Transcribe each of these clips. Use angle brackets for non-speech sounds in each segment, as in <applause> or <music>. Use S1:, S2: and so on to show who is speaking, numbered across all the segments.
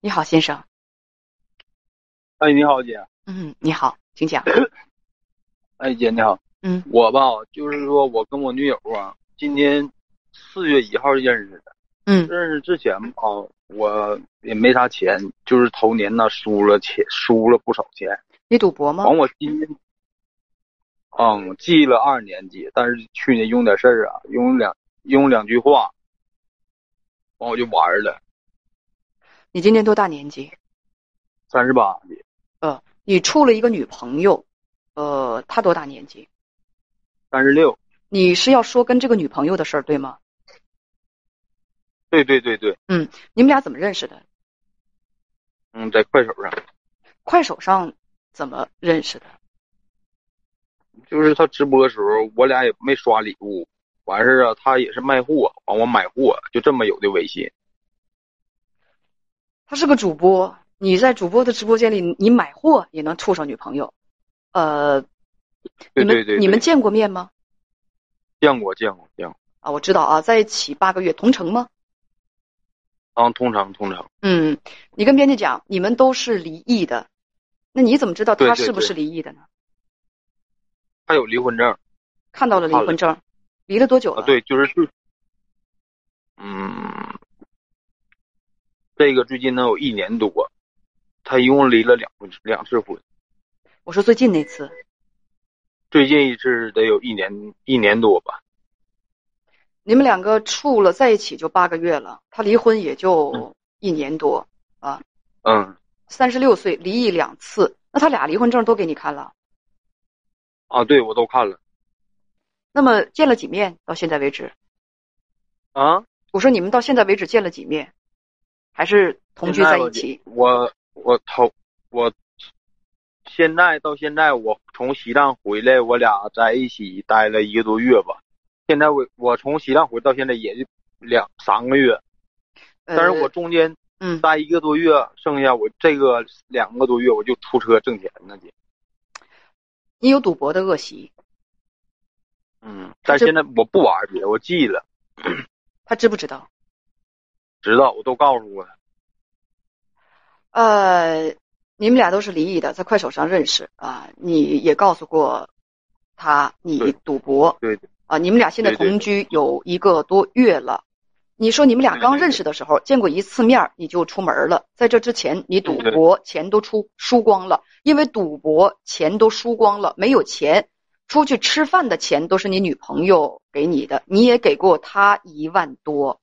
S1: 你好，先生。
S2: 哎，你好，姐。
S1: 嗯，你好，请讲。
S2: 哎，姐你好。
S1: 嗯，
S2: 我吧，就是说我跟我女友啊，今年四月一号认识的。
S1: 嗯
S2: 认识之前吧，我也没啥钱，就是头年呢输了钱，输了不少钱。
S1: 你赌博吗？
S2: 完，我今年，嗯，记了二年级，但是去年用点事儿啊，用两用两句话，完我就玩儿了，
S1: 你今年多大年纪？
S2: 三十八的，
S1: 呃，你处了一个女朋友，呃，她多大年纪？
S2: 三十六。
S1: 你是要说跟这个女朋友的事儿对吗？
S2: 对对对对，
S1: 你们俩怎么认识的？
S2: 嗯，在快手上，
S1: 快手上怎么认识的？
S2: 就是他直播的时候，我俩也没刷礼物，完事儿啊，他也是卖货，完我买货，就这么有的微信。
S1: 他是个主播，你在主播的直播间里，你买货也能处上女朋友。呃，你
S2: 对
S1: 们
S2: 对对，
S1: 你们
S2: 对
S1: 见过面吗？
S2: 见过见过见过，
S1: 啊，我知道啊，在一起八个月，同城吗？
S2: 啊，通常通常，
S1: 嗯，你跟编辑讲，你们都是离异的，那你怎么知道
S2: 对
S1: 他
S2: 对
S1: 是不
S2: 对
S1: 是离异的呢？
S2: 他有离婚证
S1: 看到了离
S2: 看了
S1: 婚证，离了多久
S2: 啊
S1: 了？，，
S2: 对，就是就，嗯，这个最近能有一年多，他一共离了两回两次婚，
S1: 我说最近那次，
S2: 最近一次得有一年一年多吧，
S1: 你们两个处了在一起就八个月了，他离婚也就
S2: 嗯
S1: 一年多，
S2: 嗯
S1: 三十六岁离异两次，那他俩离婚证都给你看了，
S2: 啊，对我都看了
S1: 那么见了几面？到现在为止，
S2: 啊，
S1: 我说你们到现在为止见了几面？还是同居
S2: 现
S1: 在
S2: 吧
S1: 一
S2: 姐
S1: 起？
S2: 我我头我现在到现在，我从西藏回来，我俩在一起待了一个多月吧。现在我我从西藏回到现在也就两三个月，但是
S1: 呃
S2: 我中间
S1: 嗯，
S2: 待一个多月，剩下我这个两个多月我就出车挣钱呢，姐。
S1: 你有赌博的恶习，
S2: 嗯，但是现在我不玩儿姐，我记了，
S1: 他知不知道？
S2: 知道我都告诉过他。
S1: 呃，你们俩都是离异的，在快手上认识啊，你也告诉过他你
S2: 对
S1: 赌博，
S2: 对对
S1: 啊，你们俩现在
S2: 对对对
S1: 同居有一个多月了。你说你们俩
S2: 对对
S1: 刚
S2: 对
S1: 认识的时候见过一次面儿，你就出门了。在这之前，你赌
S2: 对对
S1: 博钱都出输光了，因为赌博钱都输光了，没有钱，出去吃饭的钱都是你女朋友给你的，你也给过她一万多，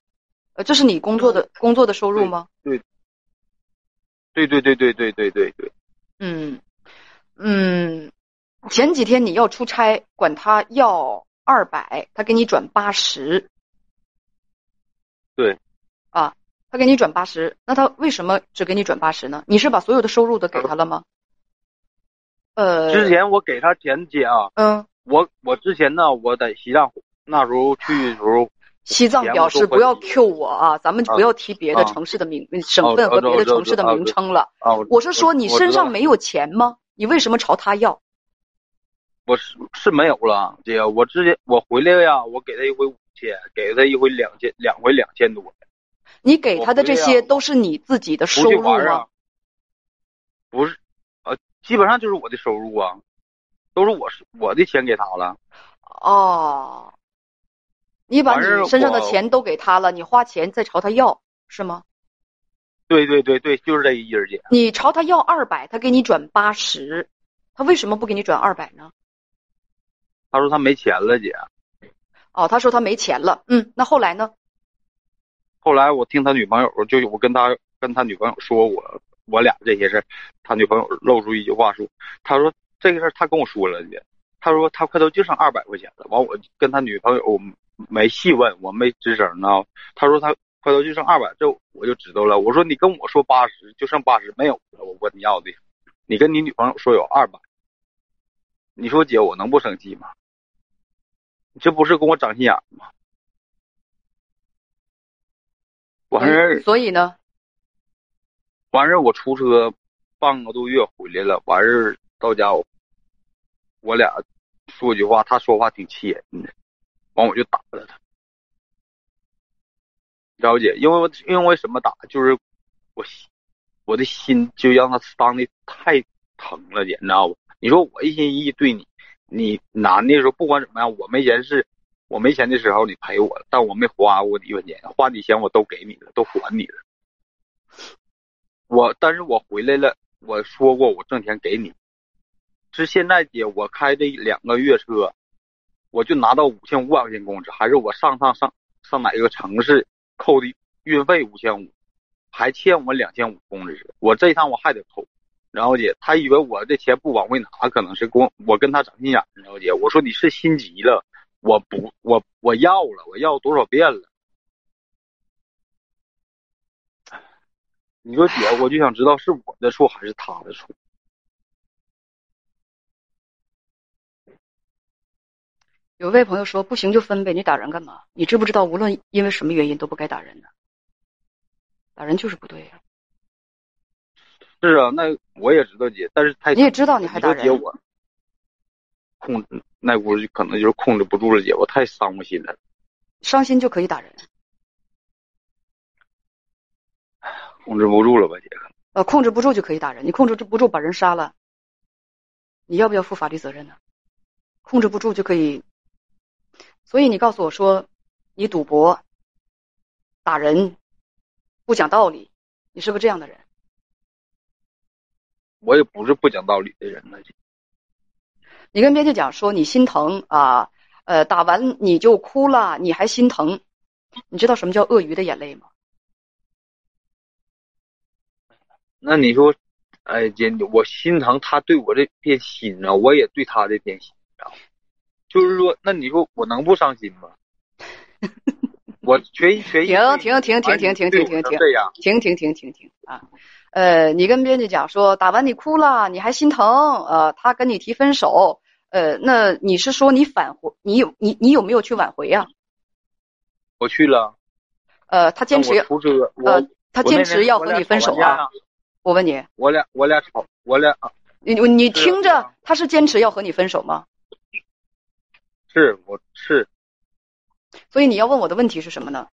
S1: 呃，这是你工作的工作的收入
S2: 对
S1: 吗？
S2: 对对对对对对对对，
S1: 嗯，嗯，前几天你要出差，管他要二百，他给你转八十。
S2: 对。
S1: 啊，他给你转八十，那他为什么只给你转八十呢？你是把所有的收入都给他了吗？呃，
S2: 之前我给他钱姐啊，
S1: 嗯，
S2: 我我之前呢，我在西藏那时候去的时候，
S1: 西藏
S2: 前
S1: 表
S2: 我都
S1: 示
S2: 会
S1: 不要
S2: 提
S1: Q 我啊，咱们就不
S2: 啊
S1: 要提别的
S2: 啊
S1: 城市的名、省
S2: 哦
S1: 份和
S2: 哦
S1: 别
S2: 我
S1: 的
S2: 知道
S1: 城市的
S2: 啊
S1: 名
S2: 对
S1: 称了。
S2: 啊，我
S1: 我是说你
S2: 我
S1: 身
S2: 知道
S1: 上没有钱吗？你为什么朝他要？
S2: 我是是没有了，姐，我之前我回来呀，我给他一回五千，给他一回两千，两回两千多，
S1: 你给
S2: 我
S1: 他的
S2: 不
S1: 这
S2: 这
S1: 些
S2: 样
S1: 都是你自己的收
S2: 出去
S1: 入
S2: 玩
S1: 吗？
S2: 啊，不是，呃，基本上就是我的收入啊，都是我我的钱给他了，
S1: 哦，你把
S2: 完事儿
S1: 你身上的
S2: 我
S1: 钱都给他了，你花钱再朝他要，是吗？
S2: 对对对对，就是这个意思，姐，
S1: 你朝他要二百，他给你转八十，他为什么不给你转二百呢？
S2: 他说他没钱了，姐，
S1: 哦，他说他没钱了。嗯，那后来呢？
S2: 后来我听他女朋友，就我跟他跟他女朋友说我我俩这些事儿，他女朋友露出一句话说，他说这个事儿他跟我说了姐，他说他快都就剩二百块钱了，完我跟他女朋友我没细问，我没吱声呢，他说他快都就剩二百，这我就知道了，我说你跟我说八十就剩八十没有了，我问你要的，你跟你女朋友说有二百，你说姐我能不生气吗？你这不是跟我长心眼儿吗？完事儿
S1: 嗯，所以呢，
S2: 完事儿我出车半个多月回来了，完事儿到家我我俩说句话，他说话挺气人的，完我就打了他。了解，因为我因为什么打，就是我我的心就让他伤的太疼了，姐，你知道不？你说我一心一意对你，你男的时候不管怎么样，我没钱是，我没钱的时候你陪我了，但我没花过你一分钱，花你钱我都给你了，都还你了。我但是我回来了，我说过我挣钱给你。是现在姐，我开这两个月车，我就拿到五千五百块钱工资，还是我上趟上上哪个城市扣的运费五千五，还欠我两千五工资，我这一趟我还得扣。然后姐，他以为我这钱不往回拿，可能是跟我跟他长心眼儿。然后姐，我说你是心急了，我不，我我要了，我要多少遍了。你说姐，我就想知道是我的错还是他的错。
S1: 有位朋友说：“不行就分呗，你打人干嘛？你知不知道，无论因为什么原因都不该打人呢、打人就是不对啊呀、
S2: 是啊，那我也知道姐，但是太
S1: 你也知道你还打人啊
S2: 说姐我控制那股可能就是控制不住了，姐，我太伤我心了。
S1: 伤心就可以打人，
S2: 控制不住了吧，姐？
S1: 呃，控制不住就可以打人。你控制不住把人杀了，你要不要负法律责任呢？控制不住就可以。所以你告诉我说，你赌博、打人、不讲道理，你是不是这样的人？
S2: 我也不是不讲道理的人啊了，姐。
S1: 你跟编辑讲说你心疼啊，呃，打完你就哭了，你还心疼，你知道什么叫鳄鱼的眼泪吗？
S2: 那你说，哎，姐，我心疼他对我这片心啊，我也对他这片心啊。就是说，那你说我能不伤心吗？我全全
S1: 停停停停停停停停停
S2: 这样，
S1: 停停停停停啊！呃，你跟编辑讲说打完你哭了，你还心疼，呃，他跟你提分手，呃，那你是说你返回，你有你你有没有去挽回呀、
S2: 我去了，
S1: 呃，他坚
S2: 但
S1: 持
S2: 我出车，我、
S1: 呃他
S2: 我
S1: 坚
S2: 那
S1: 持
S2: 天
S1: 要
S2: 我
S1: 和
S2: 俩
S1: 你分
S2: 吵
S1: 手
S2: 完架
S1: 啊？我问你，
S2: 我俩我俩吵，我俩啊
S1: 你你你
S2: 是啊
S1: 听
S2: 是啊
S1: 着，他是坚持要和你分手吗？
S2: 是我是
S1: 所以你要问我的问题是什么呢？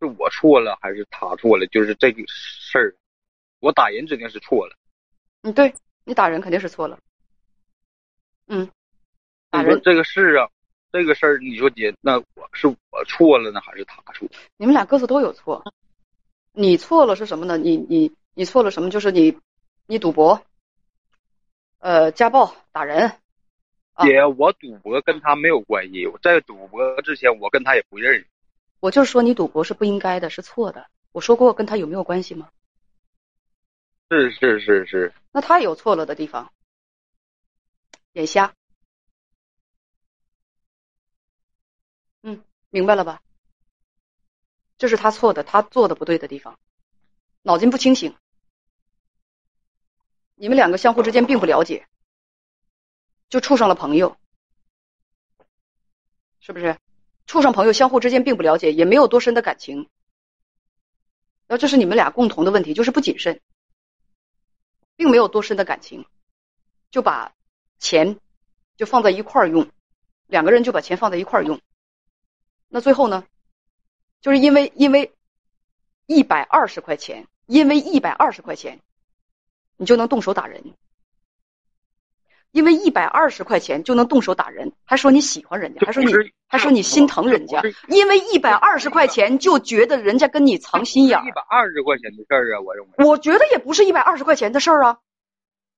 S2: 是我错了还是他错了？就是这个事儿，啊我打人指定是错了，
S1: 嗯，对你打人肯定是错了，打
S2: 你说
S1: 人
S2: 这个事儿啊，这个事儿，你说姐，那我是我错了呢，还是他错？
S1: 你们俩各自都有错。你错了是什么呢？你你你错了什么？就是你你赌博，呃，家暴打人，啊
S2: 姐，我赌博跟他没有关系，我在赌博之前我跟他也不认识，
S1: 我就是说你赌博是不应该的，是错的。我说过跟他有没有关系吗？
S2: 是是是是，
S1: 那他有错了的地方，眼瞎。嗯，明白了吧？这是他错的，他做的不对的地方，脑筋不清醒。你们两个相互之间并不了解，就处上了朋友，是不是？处上朋友，相互之间并不了解，也没有多深的感情。然后这是你们俩共同的问题，就是不谨慎。并没有多深的感情，就把钱就放在一块儿用，两个人就把钱放在一块儿用。那最后呢，就是因为因为一百二十块钱，因为一百二十块钱，你就能动手打人，因为一百二十块钱就能动手打人，还说你喜欢人家，还说你
S2: 这不是
S1: 还说你心疼人
S2: 嗯
S1: 家，因为一百二十块钱就觉得人家跟你藏心眼儿
S2: 一。百二十块钱的事儿啊，我认为。
S1: 我觉得也不是一百二十块钱的事儿啊，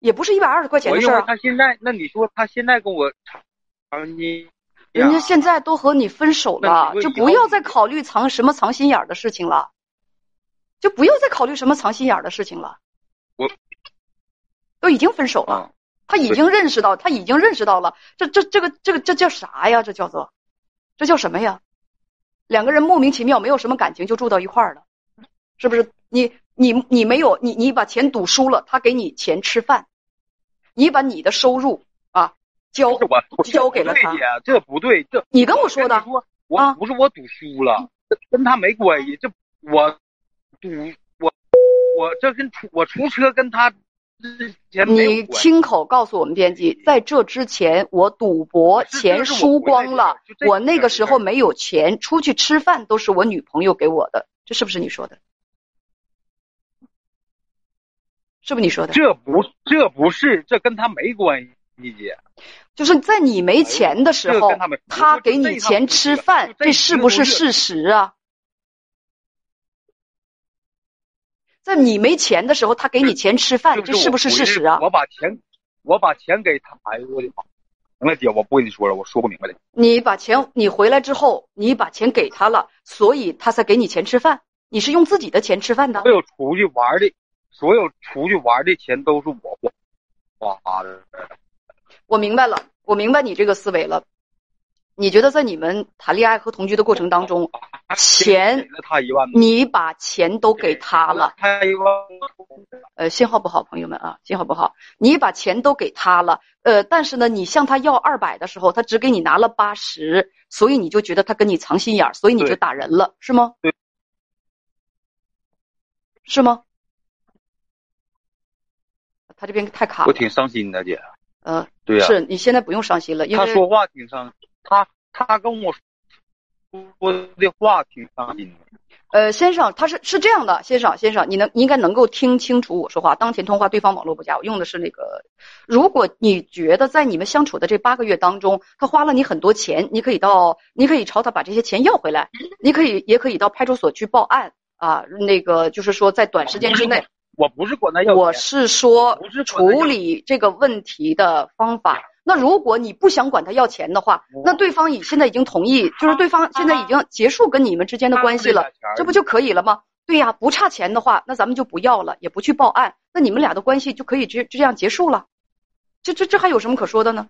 S1: 也不是一百二十块钱
S2: 我
S1: 的事
S2: 认
S1: 儿
S2: 为
S1: 啊。
S2: 他现在，那你说他现在跟我长长期，
S1: 人家现在都和你分手了
S2: 那你，为
S1: 就
S2: 什么
S1: 不要再考虑藏什么藏心眼儿的事情了，就不要再考虑什么藏心眼儿的事情了。
S2: 我
S1: 都已经分手了，
S2: 啊，
S1: 他已经认识到，他已经认识到了，这这这个这个这叫啥呀？这叫做，这叫什么呀？两个人莫名其妙没有什么感情就住到一块儿了，是不是？你你你没有你你把钱赌输了，他给你钱吃饭，你把你的收入啊交
S2: 这我我
S1: 交给了他
S2: 对姐，这不对，这
S1: 你跟我说的
S2: 跟你说我、
S1: 啊
S2: 不是我赌输了，这跟他没关系，这我赌我我这跟出我出车跟他之前没有
S1: 你
S2: 关系。
S1: 亲口告诉我们编辑，在这之前我赌博
S2: 是
S1: 钱输光了，，
S2: 这是
S1: 我
S2: 我回
S1: 那
S2: 来的事儿
S1: 个时候，没有钱，出去吃饭都是我女朋友给我的，这是不是你说的？是不是你说的？
S2: 这不这不是这跟他没关系，姐。
S1: 就是在你没钱的时
S2: 哎这个
S1: 候
S2: 跟他没，
S1: 他
S2: 这
S1: 给你
S2: 这一趟
S1: 钱
S2: 不是
S1: 吃饭，
S2: 这
S1: 这
S2: 一
S1: 是
S2: 趟
S1: 不
S2: 不
S1: 是
S2: 是
S1: 事实啊？在你没钱的时候，他给你钱吃饭，这
S2: 就是
S1: 不
S2: 我
S1: 是
S2: 回
S1: 事实啊？
S2: 我把钱，我把钱给他。哎呦我的妈！行了，姐，我不跟你说了，我说不明白了。
S1: 你把钱，你回来之后，你把钱给他了，所以他才给你钱吃饭。你是用自己的钱吃饭的
S2: 所，有出去玩的，所有出去玩的钱都是我花花的。
S1: 我明白了，我明白你这个思维了。你觉得在你们谈恋爱和同居的过程当中，钱
S2: 给了他一万多，
S1: 你把钱都给他了，
S2: 他一万多，
S1: 呃，信号不好，朋友们啊，信号不好。你把钱都给他了，呃，但是呢，你向他要二百的时候，他只给你拿了八十，所以你就觉得他跟你藏心眼儿，所以你就
S2: 对
S1: 打人了，是吗
S2: 对？
S1: 是吗？他这边太卡了，
S2: 我挺伤心的，姐。
S1: 呃，
S2: 对呀、
S1: 是你现在不用伤心了，因
S2: 他
S1: 为
S2: 说话挺伤，他他跟我说的话挺伤心的。
S1: 呃，先生，他是是这样的，先生，先生，你能你应该能够听清楚我说话。当前通话对方网络不佳，我用的是那个。如果你觉得在你们相处的这八个月当中，他花了你很多钱，你可以到，你可以朝他把这些钱要回来，你可以也可以到派出所去报案啊。那个就是说，在短时间之内，
S2: 我不是管他要钱，
S1: 我是说
S2: 不是管他
S1: 处
S2: 要
S1: 理这个问题的方法。那如果你不想管他要钱的话，那对方已现在已经同意，就是对方现在已经结束跟你们之间的关系了。这不就可以了吗？对呀，不差钱的话，那咱们就不要了，也不去报案，那你们俩的关系就可以直就这样结束了。这这这还有什么可说的呢？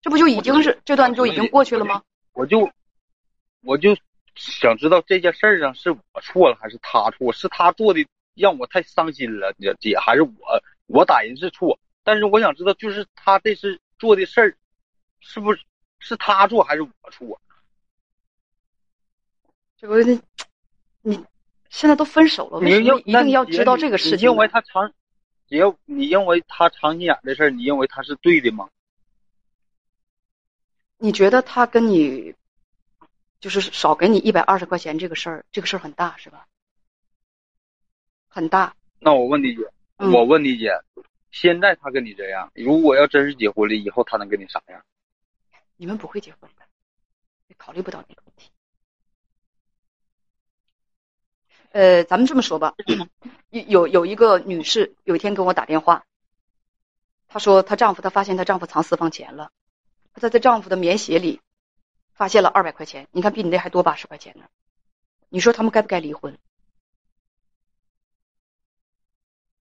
S1: 这不就已经是这段就已经过去了吗？
S2: 我就我就想知道这件事儿上是我错了还是他错？是他做的让我太伤心了，姐姐还是我我打人是错？但是我想知道，就是他这次做的事儿，是不是是他做还是我错？
S1: 这个你你现在都分手了，为
S2: 你
S1: 什么
S2: 要
S1: 一定要知道这个事情呢？
S2: 因为他长，姐，你认为他长心眼的事儿，你认为他是对的吗？
S1: 你觉得他跟你就是少给你一百二十块钱这个事儿，这个事儿很大是吧？很大，
S2: 那我问你姐，
S1: 嗯
S2: 我问你姐，现在他跟你这样，如果要真是结婚了，以后他能跟你啥样？
S1: 你们不会结婚的，也考虑不到这个问题。呃，咱们这么说吧，有有有一个女士有一天给我打电话，她说她丈夫，她发现她丈夫藏私房钱了，她在她丈夫的棉鞋里发现了二百块钱，你看比你那还多八十块钱呢，你说他们该不该离婚？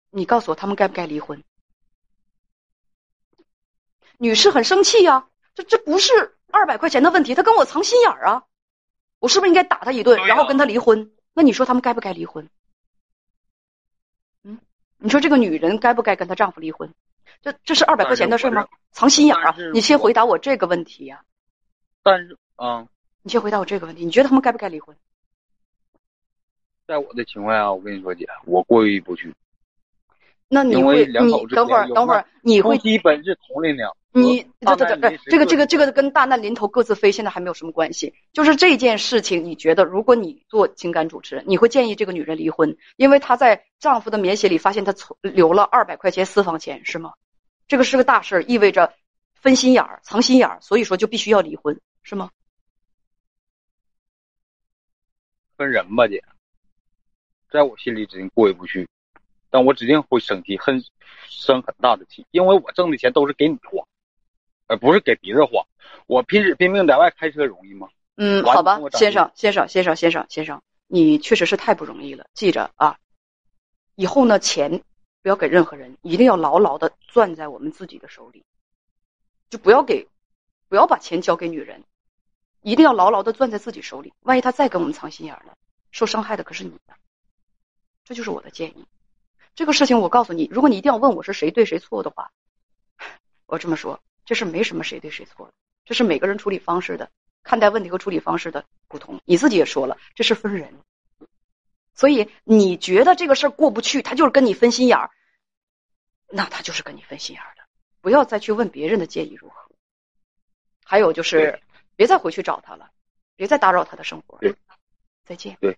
S1: 你告诉我他们该不该离婚？女士很生气呀、这这不是二百块钱的问题，她跟我藏心眼儿啊，我是不是应该打她一顿，
S2: 对呀
S1: 然后跟她离婚？那你说他们该不该离婚？嗯，你说这个女人该不该跟她丈夫离婚？这这是二百块钱的事儿吗？藏心眼儿啊
S2: 但是！我
S1: 你先回答我这个问题呀、
S2: 但是，嗯，
S1: 你先回答我这个问题，你觉得他们该不该离婚？
S2: 在我的情况下，我跟你说，姐，我过意不去。
S1: 那你
S2: 因
S1: 会
S2: 为
S1: 你
S2: 两口之
S1: 等会儿
S2: 间有
S1: 等会儿
S2: 嘛
S1: 你
S2: 夫
S1: 会
S2: 妻本是同林鸟，
S1: 你
S2: 大
S1: 这这
S2: 难
S1: 这
S2: 临时
S1: 这个
S2: 各
S1: 这个这个跟大难临头各自飞现在还没有什么关系，就是这件事情，你觉得如果你做情感主持人，你会建议这个女人离婚，因为她在丈夫的棉鞋里发现她存留了二百块钱私房钱，是吗？这个是个大事儿，意味着分心眼儿、藏心眼儿，所以说就必须要离婚，是吗？
S2: 分人吧，姐。在我心里指定过意不去，但我指定会生气，很生很大的气，因为我挣的钱都是给你花，而不是给别人花。我拼死拼命在外开车容易吗？
S1: 嗯，
S2: 完
S1: 好吧
S2: 全，我掌
S1: 先
S2: 握
S1: 生，先生，先生，先生，先生，你确实是太不容易了。记着啊，以后呢，钱不要给任何人，一定要牢牢的攥在我们自己的手里，就不要给，不要把钱交给女人，一定要牢牢的攥在自己手里。万一她再跟我们藏心眼儿了，受伤害的可是你呀。这就是我的建议。这个事情我告诉你，如果你一定要问我是谁对谁错的话， <laughs> 我这么说，这是没什么谁对谁错的，这是每个人处理方式的。看待问题和处理方式的不同。你自己也说了，这是分人。所以你觉得这个事儿过不去，他就是跟你分心眼儿，那他就是跟你分心眼儿的。不要再去问别人的建议如何。还有就是
S2: 对，
S1: 别再回去找他了，别再打扰他的生活
S2: 对。
S1: 再见。
S2: 对，